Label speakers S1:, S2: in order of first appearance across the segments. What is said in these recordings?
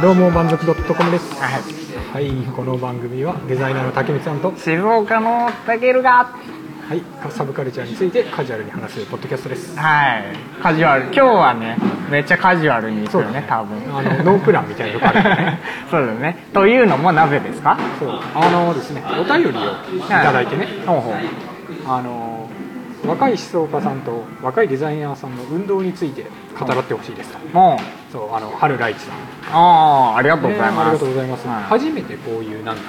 S1: どうも満足ドットコムです。
S2: はい、
S1: はい、この番組はデザイナーの竹光さんと、
S2: 静岡のたけるが
S1: はい、サブカルチャーについてカジュアルに話すポッドキャストです。
S2: はいカジュアル今日はねめっちゃカジュアルにいくよね多分
S1: あのノープランみたいなとこあるからね。
S2: そうだねというのもなぜですか
S1: そう、あのですね、お便りをいただいてね、
S2: ほうほう
S1: あの若い思想家さんと若いデザイナーさんの運動について語らってほしいですと。
S2: もう
S1: そう、あの春ライチさん、
S2: ああありがとうござい
S1: ねあり
S2: ま
S1: が
S2: す、
S1: とうございます。
S2: はい
S1: 初めてこういうなんか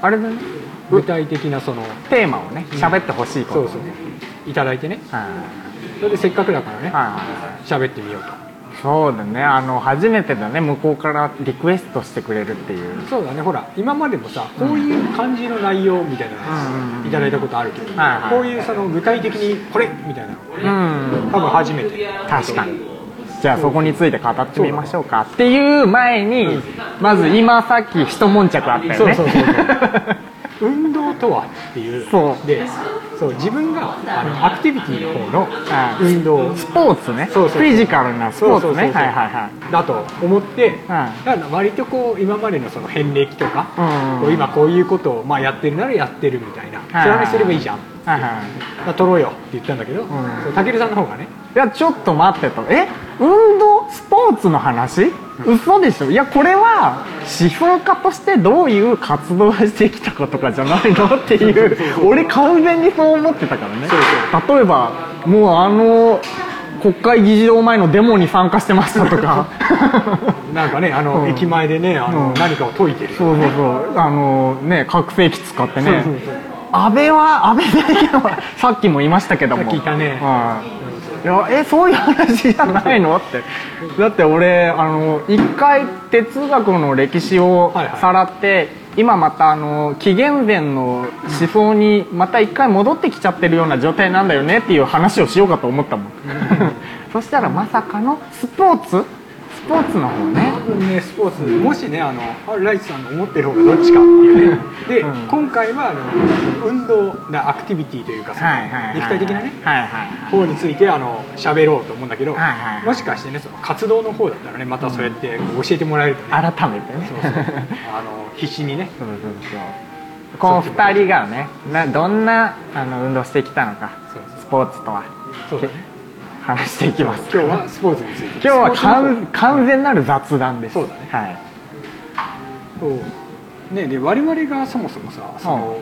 S2: あれだね
S1: 具体的なその、
S2: テーマをね喋ってほしいこと
S1: そ
S2: を
S1: う
S2: ね
S1: そう、いただいてね、
S2: はい
S1: それでせっかくだからね、
S2: はい
S1: 喋ってみようと。
S2: そうだねあの初めてだね向こうからリクエストしてくれるっていう
S1: そうだねほら今までもさこういう感じの内容みたいな
S2: うんうん
S1: の
S2: うん
S1: いただいたことあるけど、
S2: はいはい
S1: こういうその具体的にこれみたいなの
S2: うん
S1: 多分初めて
S2: 確かにじゃあそこについて語ってみましょうかっていう前にまず今さっき一悶着あったよね
S1: そうそうそう運動とはっていう
S2: そう
S1: でそう自分があのアクティビティ の方の運動
S2: スポーツね
S1: そうそうそう
S2: フィジカルなスポーツ
S1: そ
S2: ね
S1: うそうそうそう
S2: はいはいはい
S1: だと思って、
S2: は
S1: だから割とこう今までのその遍歴とか、
S2: うん
S1: こう今こういうことをまあやってるならやってるみたいな、
S2: はいは
S1: そ
S2: い
S1: れにすればいいじゃん
S2: はいはい
S1: まあ撮ろうよって言ったんだけど、そうたけるさんの方がね
S2: いやちょっと待ってとえ運動スポーツの話嘘でしょいやこれは思想家としてどういう活動をしてきたかとかじゃないのっていう俺完全にそう思ってたからね
S1: そう
S2: 例えばもうあの国会議事堂前のデモに参加してましたとか
S1: なんかねあの、
S2: うん
S1: 駅前でねあの、
S2: うん
S1: 何かを解いてる
S2: そうそうそうあのね拡声器使ってね
S1: そうそうそう
S2: 安倍は安倍政権はさっきも言いましたけども
S1: さっき言ったね
S2: はいいやえそういう話じゃないのってだって俺あの一回哲学の歴史を
S1: はいはい
S2: さらって、今またあの紀元前の思想にまた一回戻ってきちゃってるような状態なんだよねっていう話をしようかと思ったもん そしたらまさかのスポーツスポーツの方ね
S1: ね、スポーツもしねあのあライスさんの思ってる方がどっちかっていう ねで、
S2: うん
S1: 今回はあの運動なアクティビティというかその
S2: はいはいはい
S1: 肉体的なね
S2: はいはい
S1: 方についてあの喋ろうと思うんだけど、
S2: はいはいはい
S1: もしかしてねその活動の方だったらねまたそうやってこう教えてもらえるとね、
S2: 改めてね
S1: そうそうあの必死にね
S2: そうそうそうこの2人がねなどんなあの運動してきたのか
S1: そうそう
S2: スポーツとは
S1: そうだね
S2: 話していきます
S1: 今日はスポーツについて
S2: 今日は
S1: ス
S2: 完
S1: ポーツの方
S2: 完全なる雑談です
S1: そうだね
S2: はい、
S1: そうねで我々がそもそもさその、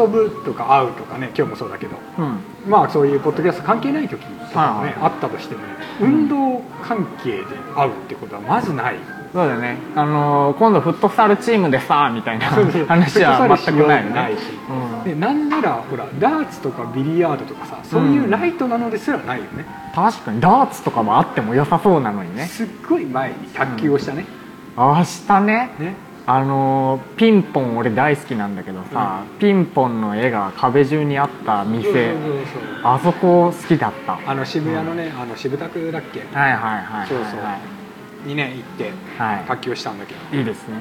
S1: 遊ぶとか会うとかね今日もそうだけど
S2: うん、
S1: まあそういうポッドキャスト関係ない時とかもね、
S2: はい
S1: あったとしてもね運動関係で会うってことはまずない、
S2: そうだねあのー今度フットサルチームでさみたいな
S1: そうそう
S2: 話は全くないよね
S1: ないし、
S2: うん
S1: でなんならほらダーツとかビリヤードとかさそういうライトなのですらないよね、
S2: 確かにダーツとかもあっても良さそうなのにね
S1: すっごい前に卓球をしたね、
S2: 明日ね
S1: ね
S2: あのーピンポン俺大好きなんだけどさ、ピンポンの絵が壁中にあった
S1: そうそう
S2: 店、
S1: そうそう
S2: あそこ好きだった
S1: あの渋谷のね、あの渋宅だっけ
S2: はいはいはいはいはい
S1: そうそうにね行って
S2: は
S1: 卓球をしたんだけど、
S2: いいいですね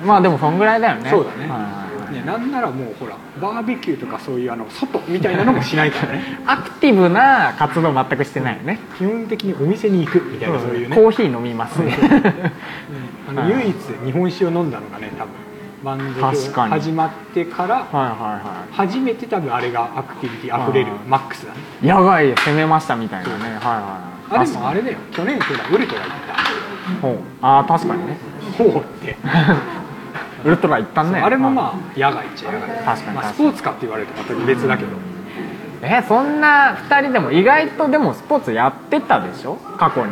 S2: うんまあでもそんぐらいだよね
S1: そうだね,、
S2: はいはいはい
S1: ねなんならもうほらバーベキューとかそういうあの外みたいなのもしないからね
S2: アクティブな活動全くしてないよね
S1: 基本的にお店に行くみたいな、そういうね、
S2: コーヒー飲みます ね
S1: あの
S2: はい
S1: 唯一日本酒を飲んだのがね多分バンドが
S2: 確かに
S1: 始まってから
S2: はいは
S1: 初めて多分あれがアクティビティあふれる
S2: はい
S1: マックスだね
S2: いはい野外で攻めましたみたいなね
S1: そう
S2: はいはい
S1: あ
S2: はい
S1: でもあれだよ去年そうだウルトラ行っ
S2: ほうあー確かにね
S1: たほうって
S2: ウルトラ行ったね
S1: あれも
S2: あ
S1: まあ野外っちゃ野外
S2: 確かに
S1: まあ、
S2: 確
S1: ス
S2: か
S1: ポ
S2: に
S1: ーツかって言われるとまた別だけど
S2: えそんな2人でも意外とでもスポーツやってたでしょ過去に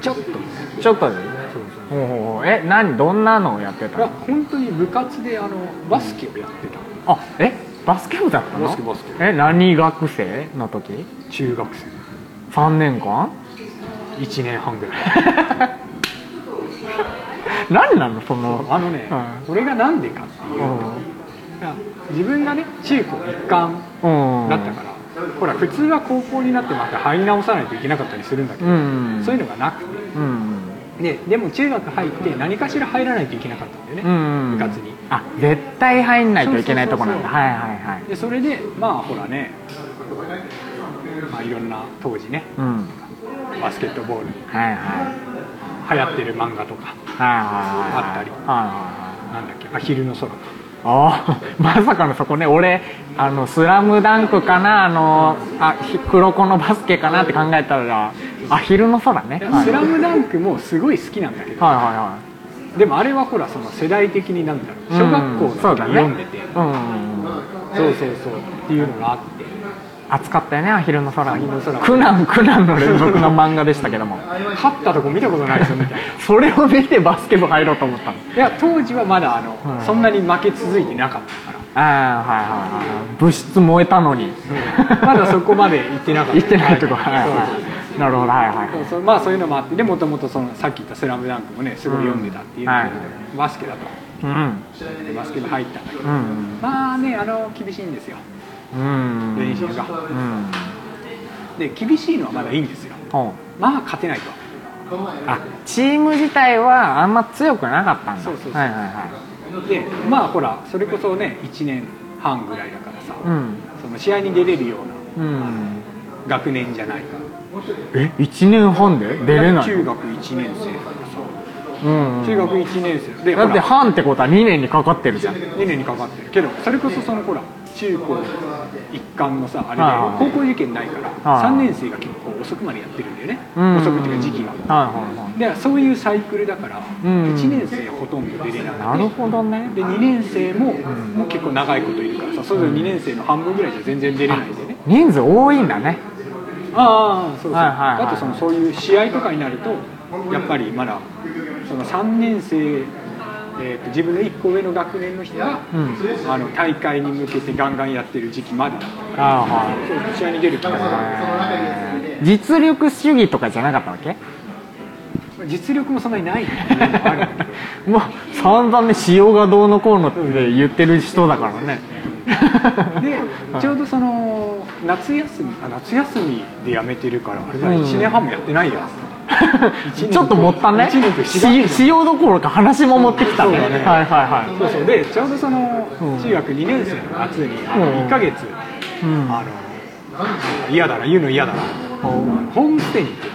S1: ちょっとね
S2: ちょっとで
S1: そうそう
S2: ほうほうほうえ何どんなのをやってた
S1: いや
S2: の
S1: 本当に部活であのバスケをやってた
S2: あえバスケ部だったの
S1: バスケバスケ
S2: え何学生の時
S1: 中学生
S2: 3 年間
S1: 1年半ぐらい
S2: 何なのその
S1: あのね、
S2: はい
S1: これが何でかっていううんいや自分がね中高一貫
S2: うん
S1: だったから、ほら普通は高校になってまた入り直さないといけなかったりするんだけど、
S2: うん
S1: そういうのがなく
S2: うん
S1: てででも中学入って何かしら入らないといけなかったんだよね、
S2: うん
S1: 部活に
S2: あ絶対入んないといけないとこなん
S1: そう
S2: だ
S1: そうそうそう
S2: はいはいはい
S1: でそれでまあほらねまあいろんな当時ね
S2: うん
S1: バスケットボール
S2: はいは
S1: 流行ってる漫画とか
S2: あ
S1: ったり
S2: あ
S1: なんだっけ「アヒルの空」とか
S2: あー まさかのそこね俺「あのスラムダンクかなあのあひ黒子のバスケかなって考えたら「アヒルの空ね」
S1: いや
S2: はい
S1: スラムダンク」もすごい好きなんだけど
S2: はいはいは
S1: でもあれはほらその世代的になんだろう
S2: い
S1: 小学校の時
S2: そうだね
S1: 読んでて、
S2: うんうんうん
S1: そうそうそうっていうのがあって
S2: 暑かったよねアヒルの空
S1: アヒルの空
S2: 苦難苦難の連続の漫画でしたけども
S1: 勝ったとこ見たことないですよみたいな
S2: それを見てバスケ部入ろうと思ったの
S1: いや当時はまだあの、
S2: うん
S1: そんなに負け続いてなかったか
S2: ああはいはいはい物質燃えたの に
S1: ら、まだそこまで行ってなかった
S2: 行ってないとこはい
S1: そう
S2: はいなるほどはいはい
S1: そうそうまあそういうのもあってでもともとそのさっき言った「スラムダンクもねすごい読んでたっていうので、
S2: うんは
S1: バスケだと
S2: うん
S1: でバスケ部入ったんだけど
S2: うん
S1: まあねあの厳しいんですよ
S2: うん
S1: 練習が
S2: うん
S1: で厳しいのはまだいいんですよ
S2: ほう
S1: まあ勝てないと
S2: あチーム自体はあんま強くなかったんだ
S1: そうそうそう
S2: はいはいは
S1: でまあほらそれこそね1年半ぐらいだからさ、
S2: いうん
S1: その試合に出れるような
S2: うん
S1: 学年じゃないから
S2: え1年半で出れない
S1: 中学1年生だからさ
S2: うんうん
S1: 中学1年生で
S2: だって
S1: ほら
S2: 半ってことは2年にかかってるじゃん
S1: 2年にかかってるけどそれこそそのほら中高一貫のさあれ
S2: はいはい
S1: で高校受験ないから
S2: はい
S1: 3年生が結構遅くまでやってるんだよね
S2: うん
S1: 遅くっていうか時期が
S2: はいはいはい
S1: でそういうサイクルだから
S2: うん
S1: 1年生ほとんど出れな
S2: な
S1: く
S2: る
S1: て
S2: ほどね
S1: で2年生ももう結構長いこといるからさそれぞれ2年生の半分ぐらいじゃ全然出れないんでね
S2: 人数多いんだね
S1: ああそうそう、
S2: はいはいはい
S1: あとそのそういう試合とかになるとやっぱりまだその3年生、えーと自分の1個上の学年の人が、
S2: うん
S1: あの大会に向けてガンガンやってる時期までだった
S2: ああ
S1: そう試合に出る気がす
S2: はい実力主義とかじゃなかったわけ
S1: る実力もそんなにないっていうのもあるんだけど
S2: もう散々ね塩がどうのこうのって言ってる人だからね
S1: でちょうどその夏休みあ夏休みで辞めてるからあれだ
S2: うん
S1: 1年半もやってないや年
S2: ちょっともったね
S1: 一年と
S2: し
S1: 違う
S2: 塩どころか話も持ってきたね
S1: そうだね
S2: はいはいは
S1: そうそうでちょうどその
S2: うん
S1: 中学2年生の夏に
S2: うん
S1: 1ヶ月、
S2: い、うん、
S1: あの嫌だな言うの嫌だなホームステイに行って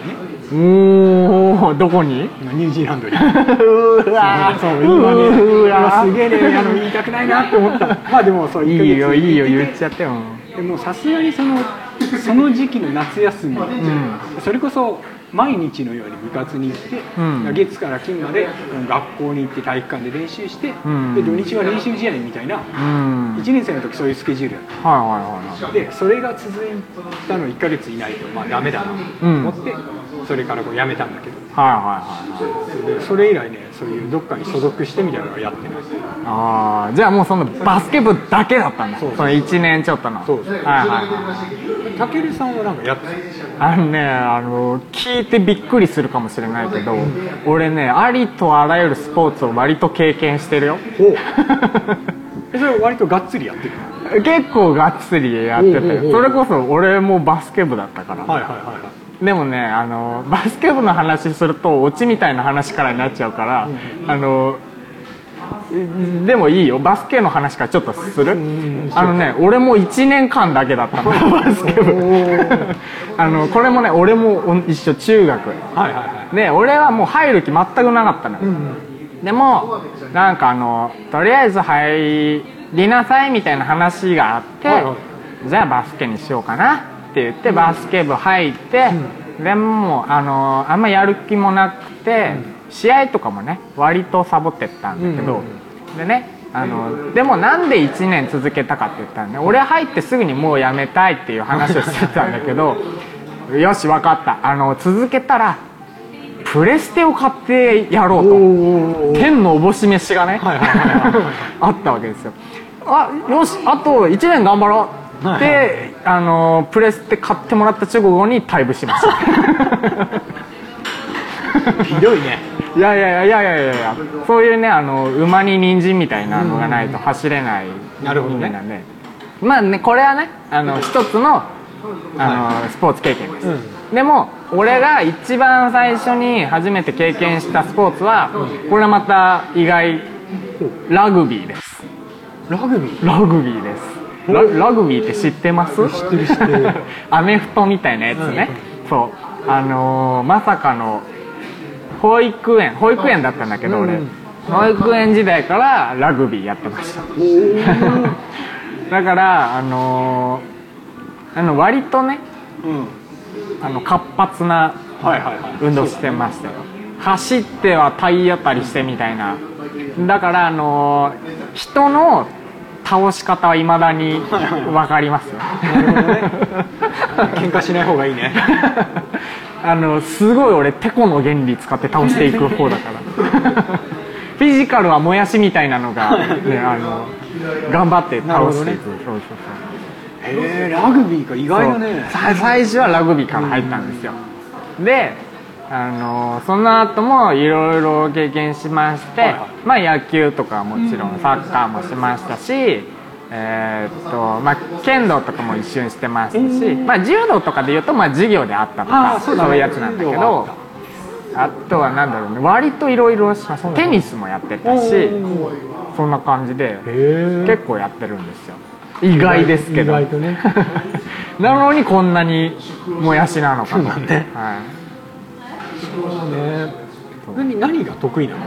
S2: おおどこに
S1: ねニュージーランドに
S2: うわ
S1: そう今ね
S2: う
S1: 今
S2: わ
S1: すげえねあの言いたくないなって思ったまあでもそう
S2: いいよいいよ言っち
S1: ゃ
S2: ゃってよ
S1: でもさすがにそのその時期の夏休み、
S2: ん
S1: それこそ毎日のように部活に行って、
S2: うん
S1: 月から金までうん学校に行って体育館で練習して、
S2: うん
S1: で土日は練習試合みたいな
S2: うんはい
S1: 1年生の時そういうスケジュールだった
S2: はいはいはい
S1: でそれが続いたの1ヶ月いないとまあダメだなと思って、それからこうやめたんだけど
S2: はいはいはいはい
S1: それ以来ねそういうどっかに所属してみたいなのはやってない
S2: ああじゃあもうそのバスケ部だけだったんだ
S1: そ
S2: そう
S1: そう
S2: の1年ちょっとの
S1: そうそう
S2: はいはいはい
S1: たけるさんはなんかやってた
S2: あのねあの聞いてびっくりするかもしれないけど俺ねありとあらゆるスポーツを割と経験してるよ
S1: えそれ割とがっつりやってる
S2: 結構がっつりやって
S1: おうおうお
S2: て
S1: う
S2: それこそ俺もバスケ部だったから
S1: はいはいはいはい
S2: でもねあのバスケ部の話するとオチみたいな話からになっちゃうからあのでもいいよバスケの話からちょっとするあのね俺も1年間だけだったんだバスケ部 あのこれもね俺も一緒中学
S1: はいはいはい
S2: で俺はもう入る気全くなかったのよ、でもなんかあのとりあえず入りなさいみたいな話があって、
S1: はいは
S2: じゃあバスケにしようかなって言ってバスケ部入って、でもあのあんまやる気もなくて、試合とかもね割とサボってったんだけど、でねあのでもなんで1年続けたかって言ったらね俺入ってすぐにもうやめたいっていう話をしてたんだけどよし分かったあの続けたらプレステを買ってやろうと。
S1: お
S2: 天のおぼし飯がね、
S1: はいはいはいは
S2: あったわけですよあよしあと1年頑張ろう
S1: はいはい
S2: で、あのプレスって買ってもらった直後に退部しました
S1: ひどいね
S2: いやいやいやいやいやいやそういうねあの馬に人参みたいなのがないと走れない
S1: なるほどね
S2: 人間なんでまあねこれはねあの一つのあのスポーツ経験です、でも俺が一番最初に初めて経験したスポーツはこれはまた意外ラグビーです
S1: ラグビー
S2: ラグビーですララグビーって知ってます知ってる知って るアメフトみたいなやつね、そうあのーまさかの保育園保育園だったんだけど俺、
S1: うん
S2: 保育園時代からラグビーやってました だからあのーあの割とね
S1: うん
S2: あの活発な
S1: はいはいはい
S2: 運動してましたよ、走っては体当たりしてみたいなだからあのー人の倒し方はいまだに
S1: はいはい
S2: 分かりますよ、
S1: 喧嘩しない方がいいね
S2: あのすごい俺テコの原理使って倒していく方だ からフィジカルはもやしみたいなのが、ね、あの頑張って倒していく、そうそうそう
S1: へえラグビーか意外だね
S2: そうさ最初はラグビーから入ったんですよ、であのその後もいろいろ経験しまして、
S1: はい
S2: まあ、野球とかはもちろんサッカーもしましたし、えーっとまあ、剣道とかも一瞬してましたし、まあ、柔道とかでいうと、まあ、授業であったと
S1: あー
S2: か
S1: そ
S2: そうう,、
S1: だね
S2: いうやつなんだけ
S1: 授業は
S2: どあとはなんだろうね割といろいろしましたテニスもやってたしそんな感じで
S1: へ
S2: 結構やってるんですよ意外ですけど
S1: 意外とね
S2: なのにこんなにもやしなのか
S1: そ
S2: と
S1: うだね
S2: はい、
S1: ね何何が得意なの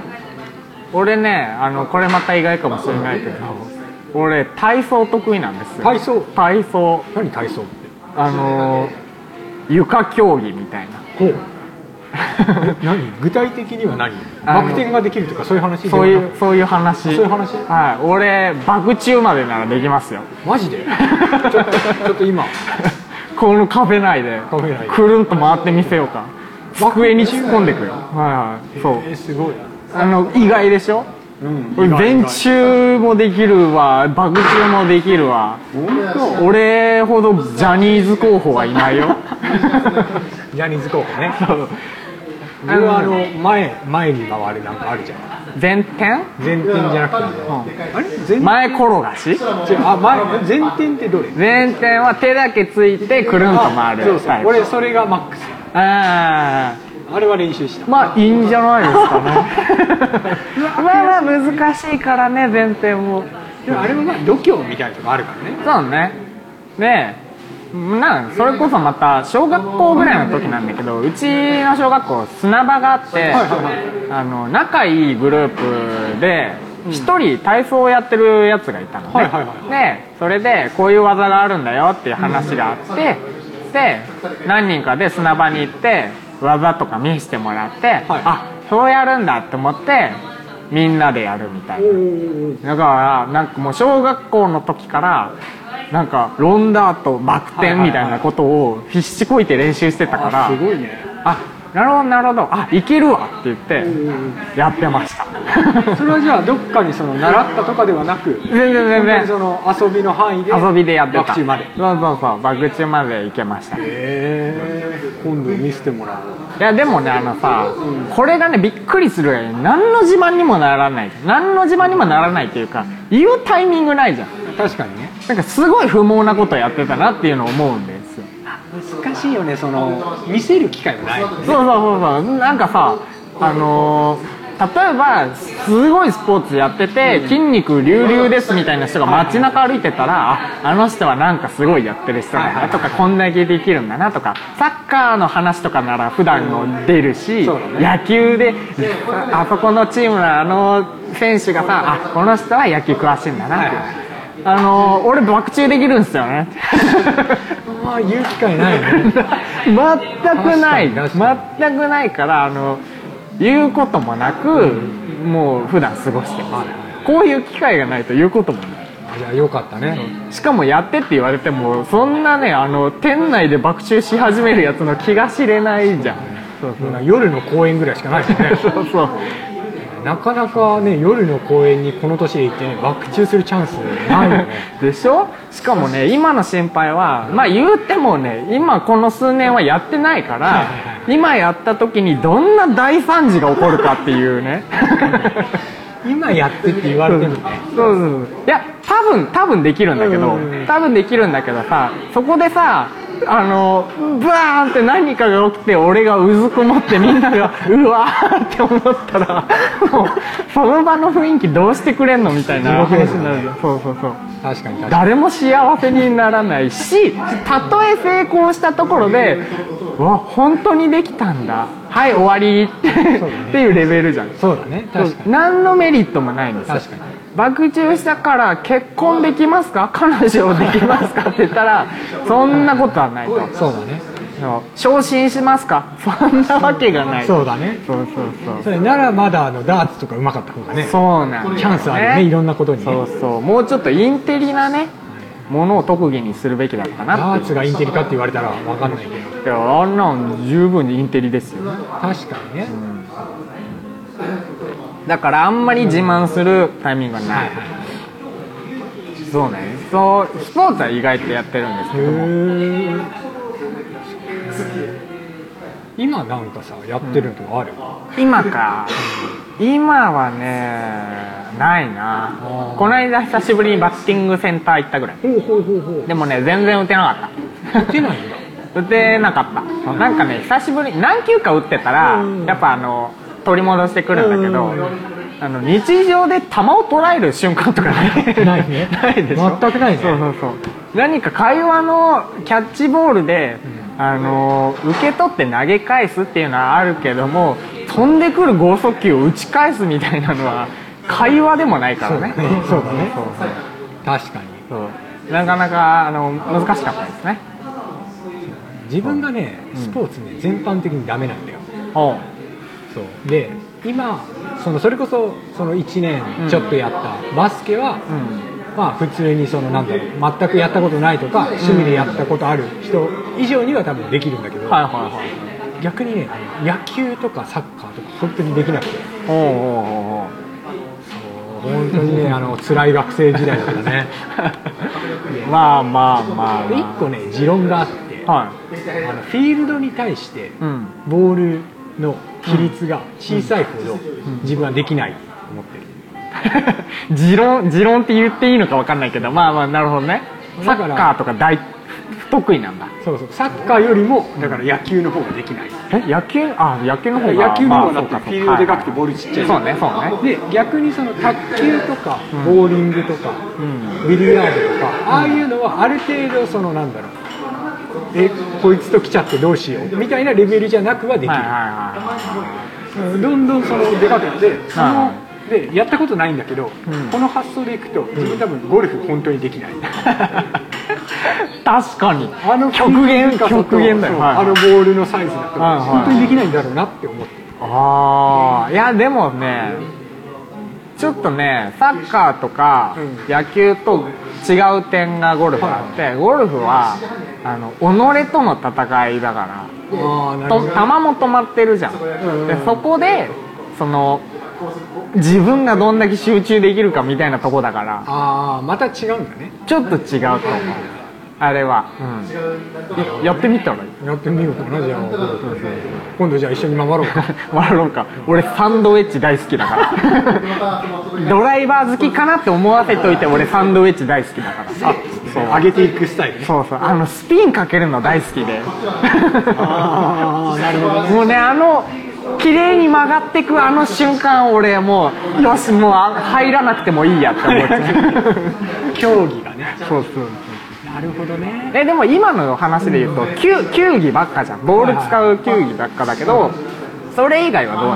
S2: 俺ねあのこれまた意外かもしれないけど俺体操得意なんですよ
S1: 体操
S2: 体操
S1: 何体操って
S2: あの床競技みたいな
S1: こう 何具体的には何
S2: あの
S1: バク転ができるとかそういう話では
S2: そうい
S1: なく
S2: うそういう話
S1: そういう話
S2: はい俺バク宙までならできますよ
S1: マジで ちょっとちょっと今
S2: この壁内で
S1: カフェ内で
S2: くるんと回ってみせようか机に突っ込んでくよはいはいそう
S1: えーすごい
S2: あの意外でしょ
S1: うん
S2: 俺電柱もできるわバグ中もできるわ
S1: 本
S2: 俺ほどジャニーズ候補はいな いよ
S1: 当 ジャニーズ候補ね
S2: そう
S1: 俺はあの前前に回るなんかあるじゃん
S2: 前転
S1: 前転じゃなくて、あれ前
S2: 前転がし
S1: 違うあ前前転ってどれ
S2: 前転は手だけついてくるんと回
S1: そう
S2: る
S1: そう
S2: タイプ
S1: 俺それがマックス
S2: あー
S1: あれは練習した
S2: まあいいんじゃないですか ねまあまあ難しいからね前転も
S1: でもあれはまあ度胸みたいなとこあるからね
S2: そうねでなんそれこそまた小学校ぐらいの時なんだけどうちの小学校砂場があって、あの仲いいグループで一人体操をやってるやつがいたのね、
S1: はいはいはい
S2: でそれでこういう技があるんだよっていう話があって、で何人かで砂場に行って技とか見せてもらって、あそうやるんだって思ってみんなでやるみたいなだからなんかもう小学校の時からなんかロンダートバク転みたいなことを必死こいて練習してたから、
S1: すごいね
S2: あなるほどなるほどあいけるわって言ってやってました
S1: それはじゃあどっかにその習ったとかではなく
S2: 全然全
S1: 本当に
S2: 然
S1: その遊びの範囲で
S2: 遊びでやってた
S1: バク宙までへ
S2: そうそうそうバク宙まで行けましたい
S1: え今度見せてもらおう
S2: やでもねあのさこれがねびっくりするぐらい何の自慢にもならない何の自慢にもならないっていうか言うタイミングないじゃん
S1: 確かにね
S2: なんかすごい不毛なことやってたなっていうのを思うんですよ
S1: 難しいよねその見せる機会もない
S2: そうそうそうそうなんかさあのー例えばすごいスポーツやってて筋肉隆々ですみたいな人が街中歩いてたらああの人はなんかすごいやってる人だなとかこんだけできるんだなとかサッカーの話とかなら普段の出るし
S1: そうだね
S2: 野球でああそこのチームのあの選手がさあこの人は野球詳しいんだなってあのー俺バク宙できるんですよ ね
S1: まあ言う機会ないね
S2: 全くない
S1: 確かに確
S2: 全
S1: か
S2: くないからあの言うこともなく、もう普段過ごしてますこういう機会がないと言うこともない
S1: じゃあよかったね
S2: しかもやってって言われてもそんなねあの店内で爆中し始めるやつの気が知れないじゃんそう
S1: もうな夜の公園ぐらいしかないですね
S2: そうそうそう
S1: なかなかね夜の公園にこの年で行ってねバク宙するチャンスないよね
S2: でしょしかもね今の心配はまあ言うてもね今この数年はやってないから今やった時にどんな大惨事が起こるかっていうね
S1: 今やってって言われてもね
S2: そうそうそういや多分多分できるんだけど、
S1: うん
S2: 多分できるんだけどさそこでさあのバーンって何かが起きて俺がうずくまってみんなが うわーって思ったらもうその場の雰囲気どうしてくれんのみたいな
S1: 地獄で
S2: 話
S1: すね
S2: になるじゃんそうそうそう
S1: 確かに確か
S2: 誰も幸せにならないしたとえ成功したところでわ本当にできたんだはい終わりって
S1: そうだね
S2: っていうレベルじゃん
S1: そうだね確かに
S2: 何のメリットもないんですよ
S1: 確かに
S2: 爆中したから結婚できますか彼女できますかって言ったらそんなことはないと
S1: そうだね
S2: そう昇進しますかそんなわけがない
S1: そうだね
S2: そうそう
S1: そ
S2: そう
S1: れならまだあのダーツとかうまかった方がね
S2: そうなんだよね
S1: チャンスあるよねいろんなことにね
S2: そうそうもうちょっとインテリなねものを特技にするべきだったな
S1: ダ
S2: っ
S1: ー
S2: て
S1: ツ
S2: いう
S1: がインテリかって言われたら分かんないけど
S2: いやあんなん十分にインテリですよ
S1: 確かにね、
S2: だからあんまり自慢するタイミングが
S1: は
S2: ないい
S1: はい
S2: そうねそうスポーツは意外とやってるんですけども
S1: へえ今なんかさやってるのとかある、
S2: 今か今はねない
S1: あ
S2: な
S1: ー
S2: この間久しぶりにバッティングセンター行ったぐらい
S1: ほうほうほうほう
S2: でもね全然打てなかった
S1: 打てないんだ
S2: 打てなかったなんかね久しぶり何球か打ってたら
S1: うん
S2: やっぱあの取り戻してくるんだけどあの日常で球を捉える瞬間とかね
S1: ないね
S2: ないでしょ
S1: 全くないね
S2: そうそうそう何か会話のキャッチボールで、あの受け取って投げ返すっていうのはあるけども飛んでくる剛速球を打ち返すみたいなのは会話でもないからね
S1: そうだね
S2: そうそう
S1: 確かに
S2: そうなかなかあの難しかったですね
S1: 自分がねスポーツね、全般的にダメなんだよ
S2: おう
S1: そうで今そのそれこそその1年ちょっとやったバスケは、
S2: うん
S1: まあ普通にそのなんだろう全くやったことないとか趣味でやったことある人以上には多分できるんだけど、
S2: はいはいはい
S1: 逆にねあの野球とかサッカーとか本当にできなくて
S2: おうおうおうおう
S1: 本当にねあの辛い学生時代だった ね
S2: まあまあまあ、
S1: で
S2: ま
S1: 1個ね持論があって
S2: あ、は
S1: あのフィールドに対して
S2: い、うん、
S1: ボールの比率が小さいほど自分はできないと思ってる
S2: 持論持論って言っていいのかわかんないけどまあまあなるほどねサ
S1: だ
S2: ッ
S1: か
S2: カ
S1: ら
S2: ーとか大不得意なんだ
S1: そうそうサッカーよりもだから野球の方ができない
S2: え野球あ野球の方が
S3: 野球の方がだって
S2: まあそうか
S3: フィールドでかくてボールちっちゃい
S2: そうねそうね
S1: で逆にその卓球とかボーリングとか
S2: うん
S1: ビリヤードとかああいうのはある程度そのなんだろうえこいつと来ちゃってどうしようみたいなレベルじゃなくはでき
S2: はいはい
S1: る
S2: は
S1: うんどんどんその出かけてその
S2: は
S1: でやったことないんだけど、
S2: うん
S1: この発想でいくと自分多分ゴルフ本当にで きない、
S2: い確かに
S1: あの
S2: 極限
S1: そう
S2: 極限だよ
S1: そう
S2: はい
S1: あのボールのサイズだと、
S2: はいはい
S1: 本当にできないんだろうなって思って
S2: ああいやでもねちょっとねサッカーとか
S1: うん
S2: 野球と違う点がゴルフあってゴルフはあの己との戦いだから
S1: ああな
S2: と球も止まってるじゃ
S1: んうん
S2: んでそこでその自分がどんだけ集中できるかみたいなとこだから
S1: ああまた違うんだね
S2: ちょっと違うと思うあれは、うん、ややってみたらいい
S1: やってみようかなじゃあ今度じゃあ一緒に回ろうか
S2: 笑ろうか俺サンドウェッジ大好きだから ドライバー好きかなって思わせといて俺サンドウェッジ大好きだから
S1: あ そう上げていくスタイルね
S2: そうそうあのスピンかけるの大好きで
S1: ああなるほど
S2: もうねあの綺麗に曲がってくあの瞬間俺もうよしもうあ入らなくてもいいやって思っちゃう
S1: 競技がね
S2: そうそう
S1: なるほどね
S2: えでも今の話で言うと球球技ばっかじゃんボール使う球技ばっかだけどそれ以外はどうな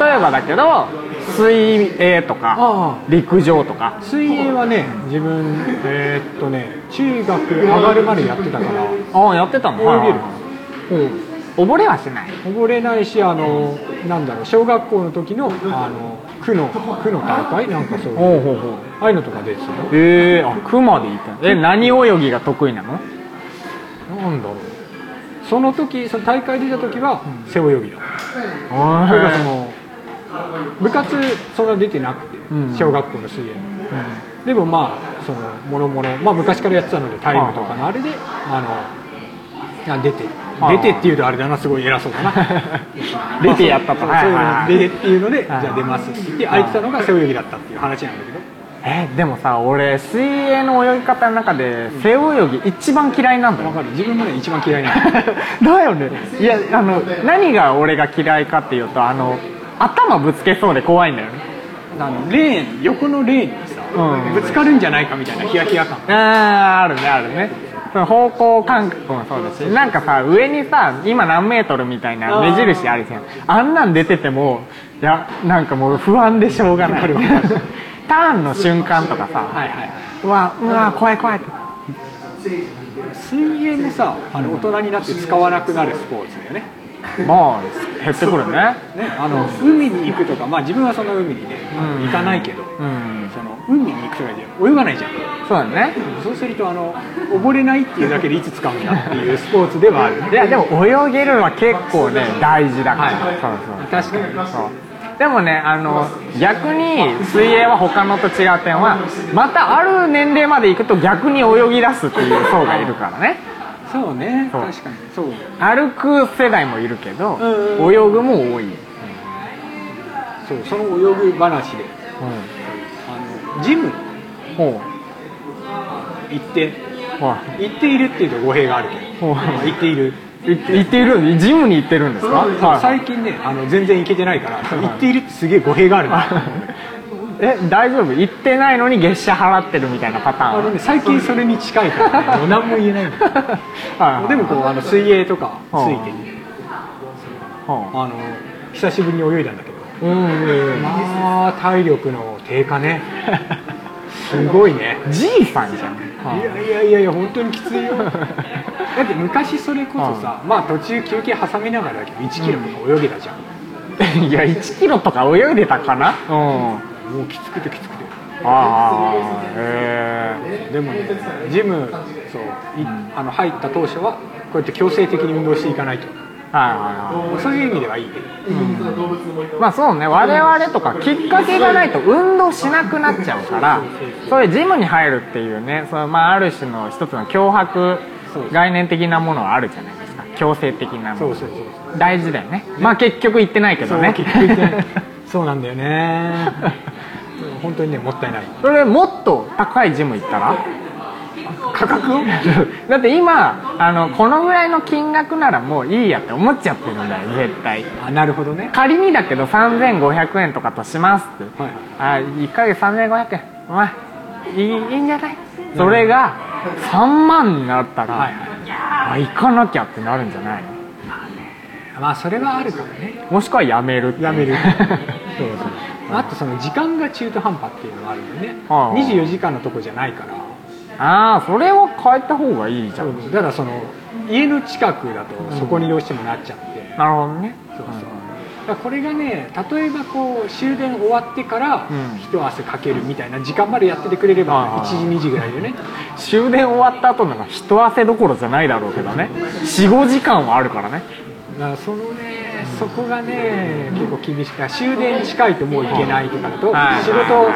S2: の例えばだけど水泳と
S1: あ
S2: か陸上とか
S1: 水泳はね自分えーっとね中学上がるまでやってたから
S2: ああやってたの
S1: 泳げる
S2: うん溺れはしない
S1: 溺れないしあのなんだろう小学校の時のあの区の区の大会なんかそういう
S2: うほうほう
S1: ああいうのとか出てたよ
S2: ええあ熊でいたえ何泳ぎが得意なの
S1: なんだろうその時その大会出た時は背泳ぎだ
S2: あ
S1: それがその部活そんな出てなくて
S2: うん
S1: 小学校の水泳でもまあそのもろもろまあ昔からやってたのでタイムとかのあれであのあ出て
S2: はい
S1: 出てっていうとあれだなすごい偉そうだな
S2: 出てやったと
S1: そうそういうの出てっていうのでじ
S2: はい
S1: ゃあ出ますって言って空いてたのが背泳ぎだったっていう話なんだけど
S2: えでもさ俺水泳の泳ぎ方の中で背泳ぎ一番嫌いなんだよ
S1: わかる自分もね一番嫌いなの
S2: だよねいやあの何が俺が嫌いかっていうとあの頭ぶつけそうで怖いんだよね
S1: あのレーン横のレーンにさ、
S2: うん
S1: ぶつかるんじゃないかみたいなヒヤヒヤ感
S2: あーあるねあるねその方向感覚もそうだしなんかさ上にさ今何メートルみたいな目印あるじゃんあんなん出ててもいやなんかもう不安でしょうがない ターンの瞬間とかさ、
S4: はいはいう
S2: わうわ怖い怖いって
S1: 水泳もさあの大人になって使わなくなるスポーツだよね
S2: まあ減ってくるね
S1: ねあの海に行くとかまあ自分はその海にねあの
S2: うん
S1: 行かないけど、
S2: うん
S1: その海に行くとかじゃ泳がないじゃん
S2: そうだね
S1: そうするとあの溺れないっていうだけでいつ使うんだっていうスポーツではある
S2: いやでも泳げるのは結構ね大事だから、
S1: はい
S2: そうそう
S1: 確かに
S2: そうでもねあの逆に水泳は他のと違う点はまたある年齢までいくと逆に泳ぎ出すっていう層がいるからね
S1: そうね
S2: そう
S1: 確かにそう
S2: 歩く世代もいるけど
S1: んう
S2: 泳ぐも多い、うん、
S1: そうその泳ぐ話であのジム
S2: ほ
S1: 行って
S2: うほら
S1: 行っているっていうと語弊があるけど
S2: ほ
S1: まあ行っている
S2: うい行っているジムに行ってるんですか、はい
S1: 最近ねあの全然行けてないから行っているってすげえ語弊があるなと思うんだけど
S2: え大丈夫行ってないのに月謝払ってるみたいなパターン
S1: あのね、最近それに近いから、ね、もう何も言えないん だよ
S2: はいはい
S1: でもこうあの水泳とかついてて、
S2: は
S1: あの久しぶりに泳いだんだけど
S2: あうんうんうん
S1: まあ体力の低下 ねすごいね
S2: じいさんじゃん、
S1: いやいやいやいや本当にきついよ だって昔それこそさ、まあ途中休憩挟みながらだけど1キロとか泳げたじゃん、
S2: いや1キロとか泳いでたかなうんあ
S1: もうきつくてきつくて
S2: あへ
S1: でもねジムそう、いあの入った当初はこうやって強制的に運動していかないと
S2: えはいは
S1: そういう意味ではいいけど
S2: いはいまあそうね我々とかきっかけがないと運動しなくなっちゃうからそういうジムに入るっていうねそのまあある種の一つの脅迫概念的なものはあるじゃないですか強制的なも
S1: そう
S2: の
S1: そうそうそう
S2: 大事だよねまあ結局行ってないけ
S1: そ
S2: ど
S1: う
S2: ね
S1: 結局いけないそうなんだよね本当にねもったいない
S2: それもっと高いジム行ったら
S1: 価格を
S2: だって今あのこのぐらいの金額ならもういいやって思っちゃってるんだよ絶対
S1: あなるほどね
S2: 仮にだけど3500円とかとしますって、
S1: はい
S2: あ1ヶ月3500円お前いいいいんじゃないそれが3万になったら、
S1: はい
S2: あ行かなきゃってなるんじゃない
S1: まあそれはあるかもね
S2: もしくはやめるっていう
S1: やめ る
S2: そうそう
S1: あとその時間が中途半端っていうのがあるんだよね
S2: はあ
S1: 24時間のとこじゃないから
S2: ああそれを変えた方がいいじゃん
S1: だからその家の近くだとそこにどうしてもなっちゃって、
S2: なるほどね
S1: そうそうだからこれがね例えばこう終電終わってから
S2: うん
S1: 一汗かけるみたいな時間までやっててくれれ
S2: はあ
S1: ば
S2: はあ
S1: 1時2時ぐらいでね
S2: 終電終わった後なんか人汗どころじゃないだろうけどね45時間はあるからね
S1: だからそのねそこがね結構厳しくて終電近いともう行けないとかだと、
S2: はい
S1: 仕事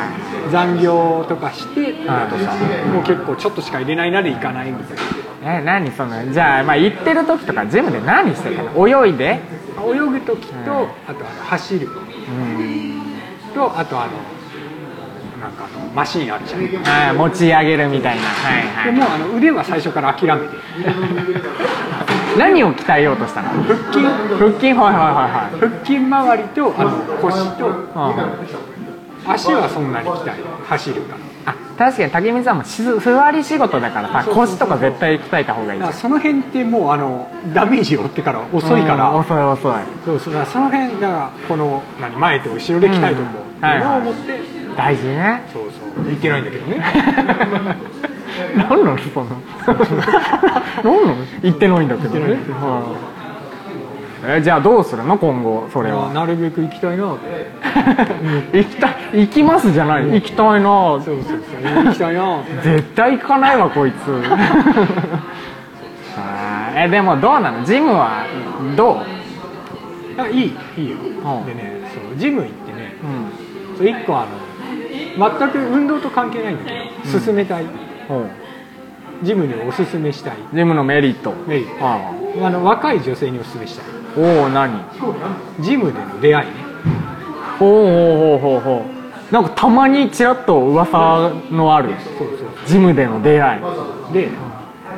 S1: 残業とかしてだとさ、もう結構ちょっとしか入れないなで行かないみたいな
S2: え何そのじゃあ,、まあ行ってる時とかジムで何してたの泳いで
S1: 泳ぐ時と、
S2: うん
S1: あとあの走るとあとあのなんかあのマシンあるじゃんで
S2: ああ持ち上げるみたいな、はいはい、
S1: もうあの腕は最初から諦めて
S2: 何を鍛えようとしたの腹
S1: 腹筋
S2: 筋はいはいはいはい
S1: 腹筋周りとあの腰と
S2: あ
S1: 足はそんなに鍛えない走るから
S2: あ確かに竹見さんもし座り仕事だからさ腰とか絶対鍛えた方がいい
S1: だか
S2: じ
S1: ら
S2: ゃん
S1: その辺ってもうあのダメージを負ってから遅いから、
S2: うん遅い遅い
S1: そうそうだからその辺だからこの何前と後ろで鍛えとこう
S2: う
S1: って
S2: んはいいうはい
S1: のを思って、
S2: 大事ね
S1: そうそう言ってないんだけ どね
S2: 何なのその 何なの言ってないんだけどね、はいえじゃあどうするの今後それは
S1: なるべく行きたいなって
S2: 行きた行きますじゃない行きたいな
S1: そうそうそう行きたいなって
S2: 絶対行かないわ こいつあーえでもどうなのジムはどう、
S1: だからいいいいよ、
S2: ん
S1: でねそうジム行ってね
S2: うん
S1: そう一個あの全く運動と関係ないんだけど、勧めたいジムにおすすめしたい
S2: ジムのメリット
S1: メリット
S2: あ
S1: あの若い女性におすすめしたい
S2: あおお何
S1: ジムでの出会いね
S2: おおおおおおなんかたまにちらっと噂のある
S1: そうそう
S2: ジムでの出会いはい
S1: そうで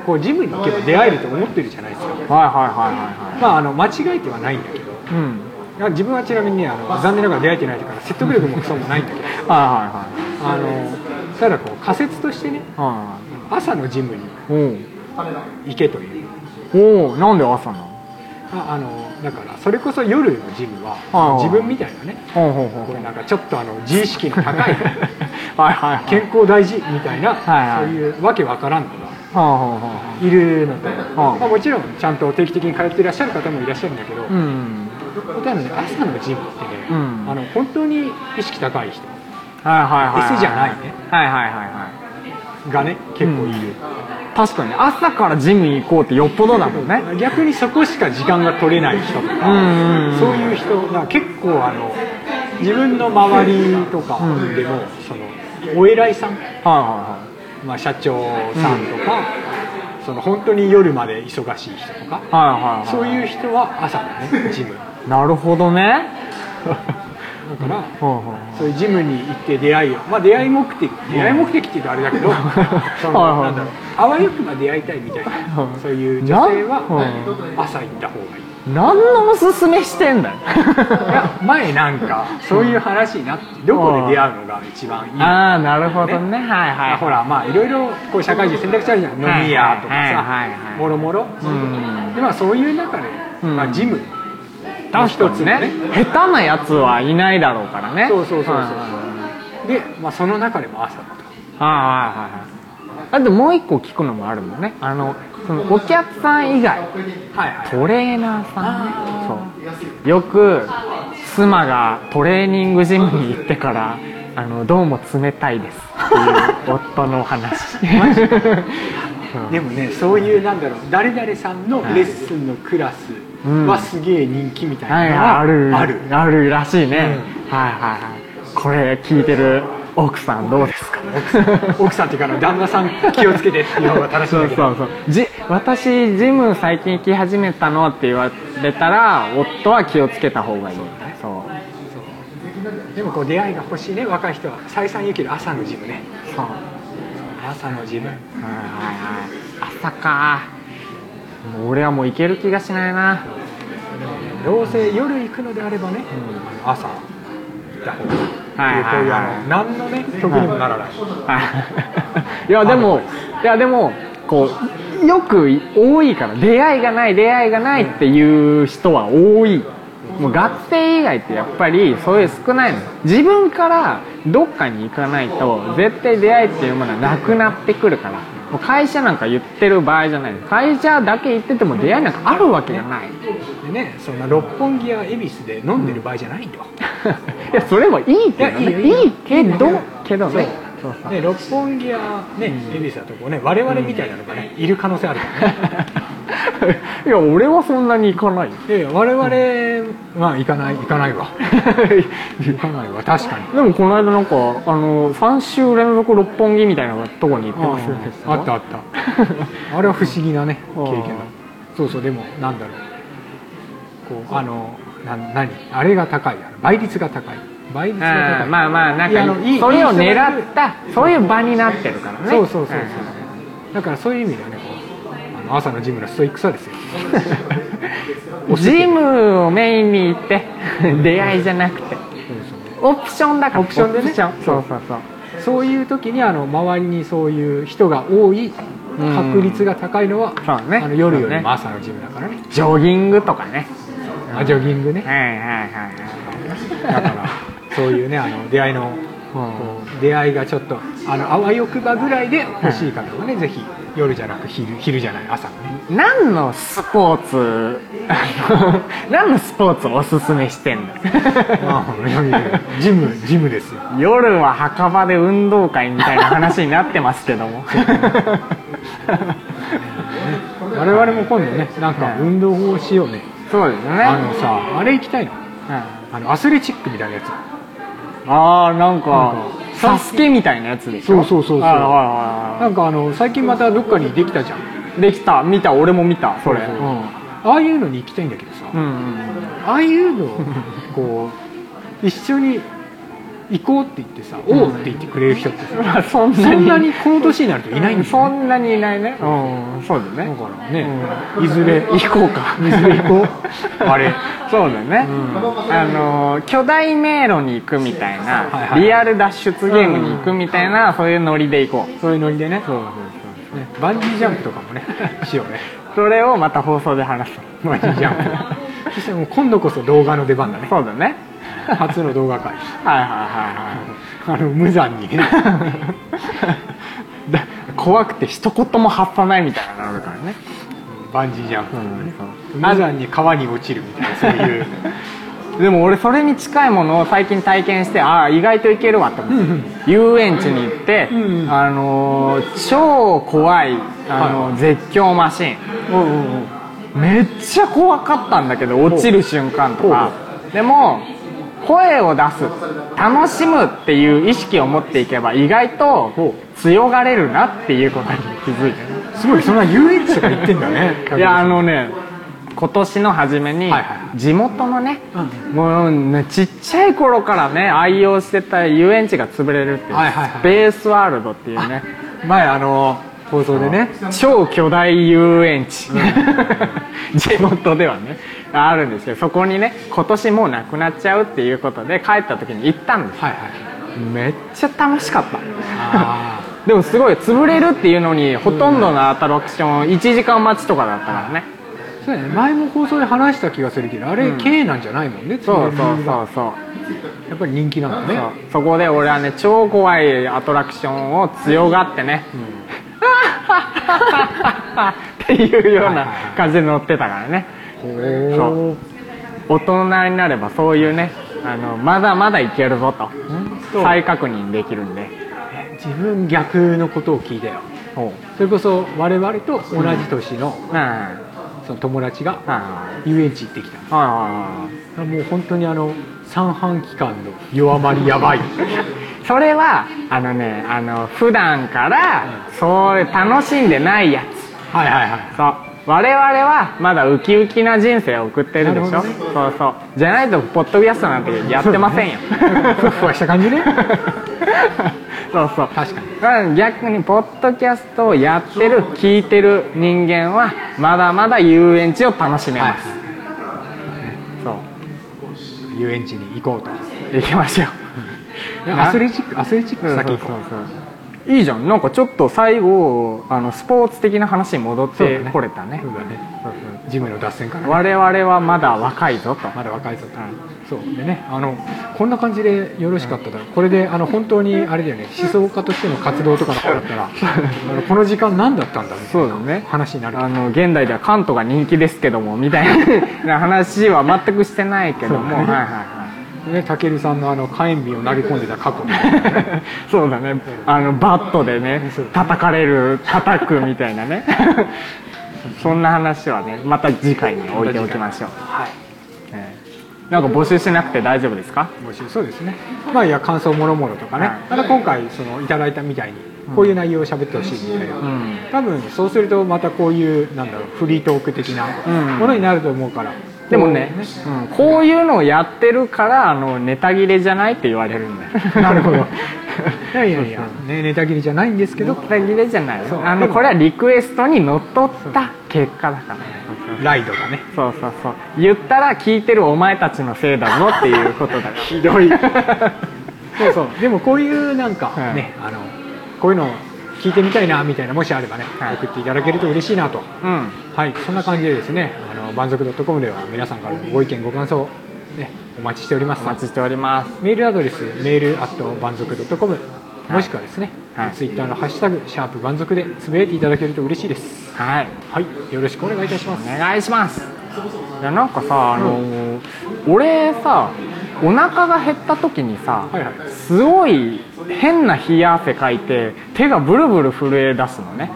S1: こうジムに行けば出会えると思ってるじゃないですか
S2: はいはいはいは
S1: まああの間違えてはないんだけど
S2: いうん
S1: あ自分はちなみにねあの残念ながら出会えてないから説得力もクソもないんだけど
S2: はい
S1: あのただこう仮説としてね
S2: はいはいは
S1: 朝のジムに
S2: いはい
S1: 行けという
S2: おおなんで朝なの
S1: ああのだからそれこそ夜のジム
S2: ああ
S1: は自分みたいなね
S2: ほうほうほう
S1: これなんかちょっとあの自意識の 高い
S2: はいはいはい
S1: 健康大事みたいな、
S2: はいはい
S1: そういうわけわからんのが
S2: はあはあはい
S1: るので、
S2: あ
S1: まあ、もちろんちゃんと定期的に通っていらっしゃる方もいらっしゃるんだけど、
S2: あうん
S1: ただね朝のジムってね、
S2: うん
S1: あの本当に意識高い人
S2: はいはいはいはい
S1: S じゃないね
S2: はいはいはいはい
S1: がね結構いる、
S2: 確かに朝からジムに行こうってよっぽどだもんね
S1: 逆にそこしか時間が取れない人とか、
S2: うんうん
S1: そういう人が結構あの自分の周りとか
S2: うん
S1: でも、そのお偉いさん、
S2: は
S1: まあ、社長さんとか、その本当に夜まで忙しい人とか、
S2: いはいはいはいはいはい
S1: そういうう人は朝だねジムだ
S2: なるほどねはい
S1: から。
S2: は
S1: そういうジムに行って出会いを、まあ、出会い目的出会い目的っていうとあれだけ どその
S2: はいはい
S1: なんだろうあわよくば出会いたいみたいなそういう女性
S2: は
S1: は朝行った方がいい
S2: い何のおすすめしてんだよ
S1: いや前なんかそういう話になってどこで出会うのが一番いいのか
S2: ああなるほどねはいはい
S1: ほらまあいろいろこう社会人選択肢あるじゃん飲
S2: はい
S1: み屋とか
S2: はいはいは
S1: さ
S2: い
S1: もろもろで
S2: うん
S1: まあそういう中で、
S2: うん
S1: まあ、ジム
S2: 確
S1: 一
S2: か
S1: つ
S2: に
S1: の
S2: ね
S1: ね
S2: 下手なやつはいないだろうからね
S1: そうそうそうそう
S2: はいはいはい
S1: で、まあ、その中でも朝だと
S2: はいはいはいだってもう一個聞くのもあるもんねあのそのお客さん以
S1: は
S2: 外
S1: いはい
S2: トレーナーさんねそうよく妻がトレーニングジムに行ってからあのどうも冷たいですっていう夫のお話そう
S1: でもねそういうなんだろう誰々さんのレッスンのクラスはすげえ人気みたい
S2: はい
S1: なの
S2: はい
S1: は
S2: ある
S1: ある
S2: あるらしいね、はいはいはいこれ聞いてる奥さんどうですか
S1: 奥さんっていうかあの旦那さん気をつけてっていう方が正しいんだけ
S2: そ
S1: ど
S2: うそうそうじ私ジム最近行き始めたのって言われたら夫は気をつけた方がいいそう
S1: でもこう出会いが欲しいね若い人は再三言うけど朝のジムね
S2: そう
S1: 朝のジム
S2: はいはいはい朝かもう俺はもう行ける気がしないな
S1: どうせ夜行くのであればね、あの朝行った方がいい
S2: はい
S1: こうい
S2: はい
S1: うあ
S2: は
S1: の
S2: い
S1: 何のね得にもならない、
S2: はいいやでもいやでもこうよく多いから出会いがない出会いがないっていう人は多いもう学生以外ってやっぱりそういう少ないの自分からどっかに行かないと絶対出会いっていうものはなくなってくるからもう会社なんか言ってる場合じゃない会社だけ行ってても出会いなんかあるわけがない
S1: でねそんな六本木や恵比寿で飲んでる場合じゃないと、
S2: いやそれはいいけど
S1: い
S2: ね
S1: やいいよ
S2: いいけど
S1: いいよ
S2: けどね
S1: そ
S2: そううそう
S1: ね、六本木や、ね恵比寿だとこうね我々みたいなのがね、いる可能性あるからね
S2: いや俺はそんなに行かないよ
S1: いやいや我々、まあ行かない行かない わ行かないわ確かに
S2: でもこの間なんかあの3週連続六本木みたいなとこに行ってましたよね
S1: あったあったあれは不思議な ね
S2: うん
S1: 経験だそうそうでもなんだろうこうあのな何あれが高いあの倍率が高い倍率が
S2: あ
S1: 高
S2: ー
S1: い
S2: まあまあなん
S1: いや
S2: か
S1: あのいい
S2: それを
S1: いい人がいる
S2: 狙ったそういう場になってるからね
S1: そうそうそうそう、
S2: ん
S1: だからそういう意味ではねこうあの朝のジムのストイックさです よ
S2: ジムをメインに行って 出会いじゃなくてオプションだからオプ
S1: ションでね
S2: そうそうそう
S1: そういう時にあの周りにそういう人が多い確率が高いのは、
S2: そうね
S1: あの夜より
S2: そう
S1: も
S2: ね
S1: 朝のジムだからね
S2: ジョギングとかね
S1: あジョギングね
S2: はいはいはい
S1: だからそういうねあの出会いのこう出会いがちょっとあのあわよくばぐらいで欲しい方はね、ぜひ夜じゃなく昼昼じゃない朝のね
S2: 何のスポーツあの何のスポーツをおすすめしてんの
S1: ジムジムですよ
S2: 夜は墓場で運動会みたいな話になってますけども
S1: 我々も今度ねなんか運動をしようね
S2: そうですね
S1: あのさあれ行きたいの
S2: あ
S1: あのアスレチックみたいなやつ
S2: あーなんか
S1: んか
S2: サスケみたいなやつでしょ
S1: そうそうそうそう
S2: あーあーあ
S1: なんかあの最近またどっかにできたじゃん
S2: ーできた見た俺も見たそれ
S1: そううんああいうのに行きたいんだけどさ、
S2: うん
S1: ああいうのをこう一緒に行こうって言ってさ「おう」って言ってくれる人ってさ
S2: まあ そんなに
S1: そんなにこの年になるといないんですよ
S2: そんなにいないねうんそうだ
S1: だ
S2: ね
S1: からね、いずれ
S2: 行こうか
S1: いずれ行こう
S2: あれそうだね、あのー巨大迷路に行くみたいな、
S1: はいはい
S2: リアル脱出ゲームに行くみたいな、そういうノリで行こう
S1: そういうノリでねね、バンジージャンプとかもねしようね
S2: それをまた放送で話す
S1: バンジージャン プそしてもう今度こそ動画の出番だね
S2: そうだね
S1: 初の動画会
S2: はいはいはいはい
S1: あの無残にね
S2: だ怖くて一言も発さないみたいなのあるからね、
S1: バンジージャンプとかね、
S2: うん
S1: 無残に川に落ちるみたいなそういう
S2: でも俺それに近いものを最近体験してああ意外といけるわって思って、遊園地に行って、
S1: んうん
S2: あのー超怖い、あのー絶叫マシン
S1: おうおうおう
S2: めっちゃ怖かったんだけど落ちる瞬間とかでも声を出す楽しむっていう意識を持っていけば意外と強がれるなっていうことに気づいてね
S1: すごいそんな遊園地とか行ってんだね
S2: いやあのね今年の初めに
S1: はいはいは
S2: 地元のね、もうねちっちゃい頃からね愛用してた遊園地が潰れるっていう、
S1: はいはいはい
S2: スペースワールドっていうね
S1: 前あの放送でね
S2: 超巨大遊園地、 地元ではねあるんですけどそこにね今年もうなくなっちゃうっていうことで帰った時に行ったんです
S1: はいはい
S2: めっちゃ楽しかった
S1: あ
S2: でもすごい潰れるっていうのにほとんどのアトラクション1時間待ちとかだったからね
S1: ーそうだね前も放送で話した気がするけどあれ、K なんじゃないもんね
S2: そう
S1: つま
S2: そ
S1: り
S2: うそうそう
S1: やっぱり人気なんだね
S2: そこで俺はね超怖いアトラクションを強がってね、っていうような感じで乗ってたからねそう大人になればそういうねあのまだまだいけるぞと再確認できるんで
S1: 自分逆のことを聞いたよ
S2: おう
S1: それこそ我々と同じ年の
S2: うんうん
S1: その友達が
S2: は
S1: 遊園地行ってきた
S2: いは
S1: もう本当にあの三半規管の弱まりや ばい
S2: いそれはあのねあの普段からそう楽しんでないやつ
S1: はいはいはい
S2: そう我々はまだウキウキな人生を送ってるでし
S1: な
S2: ょ、
S1: るほ
S2: そうそうじゃないとポッドキャストなんてやってませんよ
S1: ふわふわした感じね
S2: そうそう
S1: 確かに
S2: だから逆にポッドキャストをやってる聞いてる人間はまだまだ遊園地を楽しめます、
S1: 遊園地に行こうと
S2: そう行きましょう
S1: アスレチックアスレチック先行
S2: 先行こ
S1: こう
S2: ういいじゃんなんかちょっと最後あのスポーツ的な話に戻っ
S1: そうだ
S2: て
S1: ね
S2: これたね
S1: そうだねジムの脱線から
S2: 我々はまだ若いぞと
S1: まだ若いぞと、そうでねあのこんな感じでよろしかっただろうこれであの本当にあれだよね思想家としての活動とかの方だったら あのこの時間何だったんだみたいな
S2: そうだね
S1: 話になる
S2: あの現代では関東が人気ですけどもみたい な話は全くしてないけども、
S1: そうだね
S2: はいはいはい
S1: ねたけるさんのあの火炎瓶を投げ込んでた過去
S2: そうだねあのバットでね叩かれる叩くみたいなねそんな話はねまた次回に置いておきましょう、
S1: はい
S2: ええなんか募集しなくて大丈夫ですか
S1: 募集そうですねまあいや感想もろもろとかね、
S2: はい
S1: また今回そのいただいたみたいにこういう内容を喋ってほしいみたいな、
S2: ん
S1: 多分そうするとまたこういうなんだろうフリートーク的な
S2: うん
S1: ものになると思うから、
S2: でもね、うん、こういうのをやってるからあのネタ切れじゃないって言われるんだ よ
S1: なる ほどいやいやいや、ね、ネタ切りじゃないんですけど
S2: ネタ切れじゃないよ
S1: そう
S2: あのこれはリクエストにのっとった結果だから
S1: ライドがね
S2: そうそうそう言ったら聞いてるお前たちのせいだぞっていうことだからひどい
S1: そうそうでもこういうなんか
S2: はい
S1: ね、あのこういうのを聞いてみたいなみたいなもしあればね、
S2: はい
S1: 送っていただけると嬉しいなと
S2: うん
S1: はいそんな感じでですねあの満足 .com では皆さんからのご意見ご感想、ね、お待ちしております
S2: お待ちしております
S1: メールアドレスメールアット満足 .com もしくはですね、
S2: はい
S1: ツイッターのハッシュタグシャープ満足でつぶやいていただけると嬉しいです
S2: はい
S1: はいよろしくお願いいたしま
S2: お
S1: す
S2: 願いしますいやなんかさあのー俺さお腹が減った時にさ、
S1: はいはい
S2: すごい変な冷や汗かいて手がブルブル震え出すのね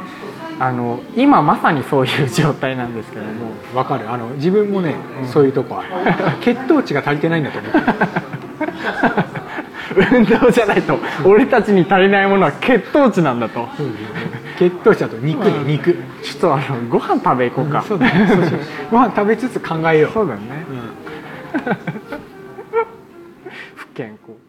S2: あの今まさにそういう状態なんですけども
S1: わかるあの自分もね、そういうとこあ る血糖値が足りてないんだと思う
S2: 運動じゃないと俺たちに足りないものは血糖値なんだと
S1: 血糖値だと肉に肉
S2: ちょっとあのご飯食べ行こうか、
S1: そうだねそうし ようご飯食べつつ考えよう
S2: そうだね、不健康